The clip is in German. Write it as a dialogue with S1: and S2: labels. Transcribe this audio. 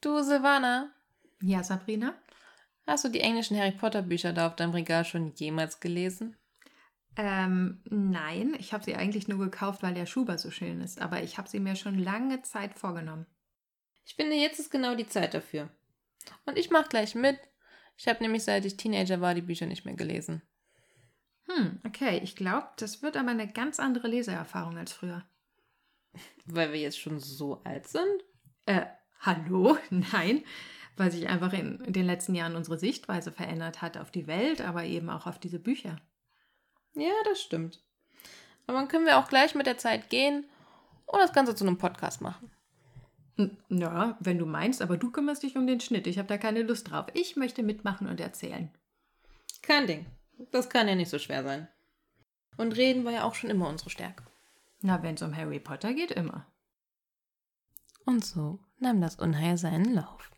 S1: Du, Silvana,
S2: Ja, Sabrina?
S1: hast du die englischen Harry Potter Bücher da auf deinem Regal schon jemals gelesen?
S2: Ähm, nein, ich habe sie eigentlich nur gekauft, weil der Schuber so schön ist, aber ich habe sie mir schon lange Zeit vorgenommen.
S1: Ich finde, jetzt ist genau die Zeit dafür. Und ich mach gleich mit. Ich habe nämlich seit ich Teenager war die Bücher nicht mehr gelesen.
S2: Hm, okay, ich glaube, das wird aber eine ganz andere Leseerfahrung als früher.
S1: Weil wir jetzt schon so alt sind?
S2: Äh, hallo? Nein, weil sich einfach in den letzten Jahren unsere Sichtweise verändert hat auf die Welt, aber eben auch auf diese Bücher.
S1: Ja, das stimmt. Aber dann können wir auch gleich mit der Zeit gehen und das Ganze zu einem Podcast machen.
S2: N- Na, wenn du meinst, aber du kümmerst dich um den Schnitt. Ich habe da keine Lust drauf. Ich möchte mitmachen und erzählen.
S1: Kein Ding. Das kann ja nicht so schwer sein. Und reden war ja auch schon immer unsere Stärke.
S2: Na, wenn es um Harry Potter geht, immer.
S1: Und so nahm das Unheil seinen Lauf.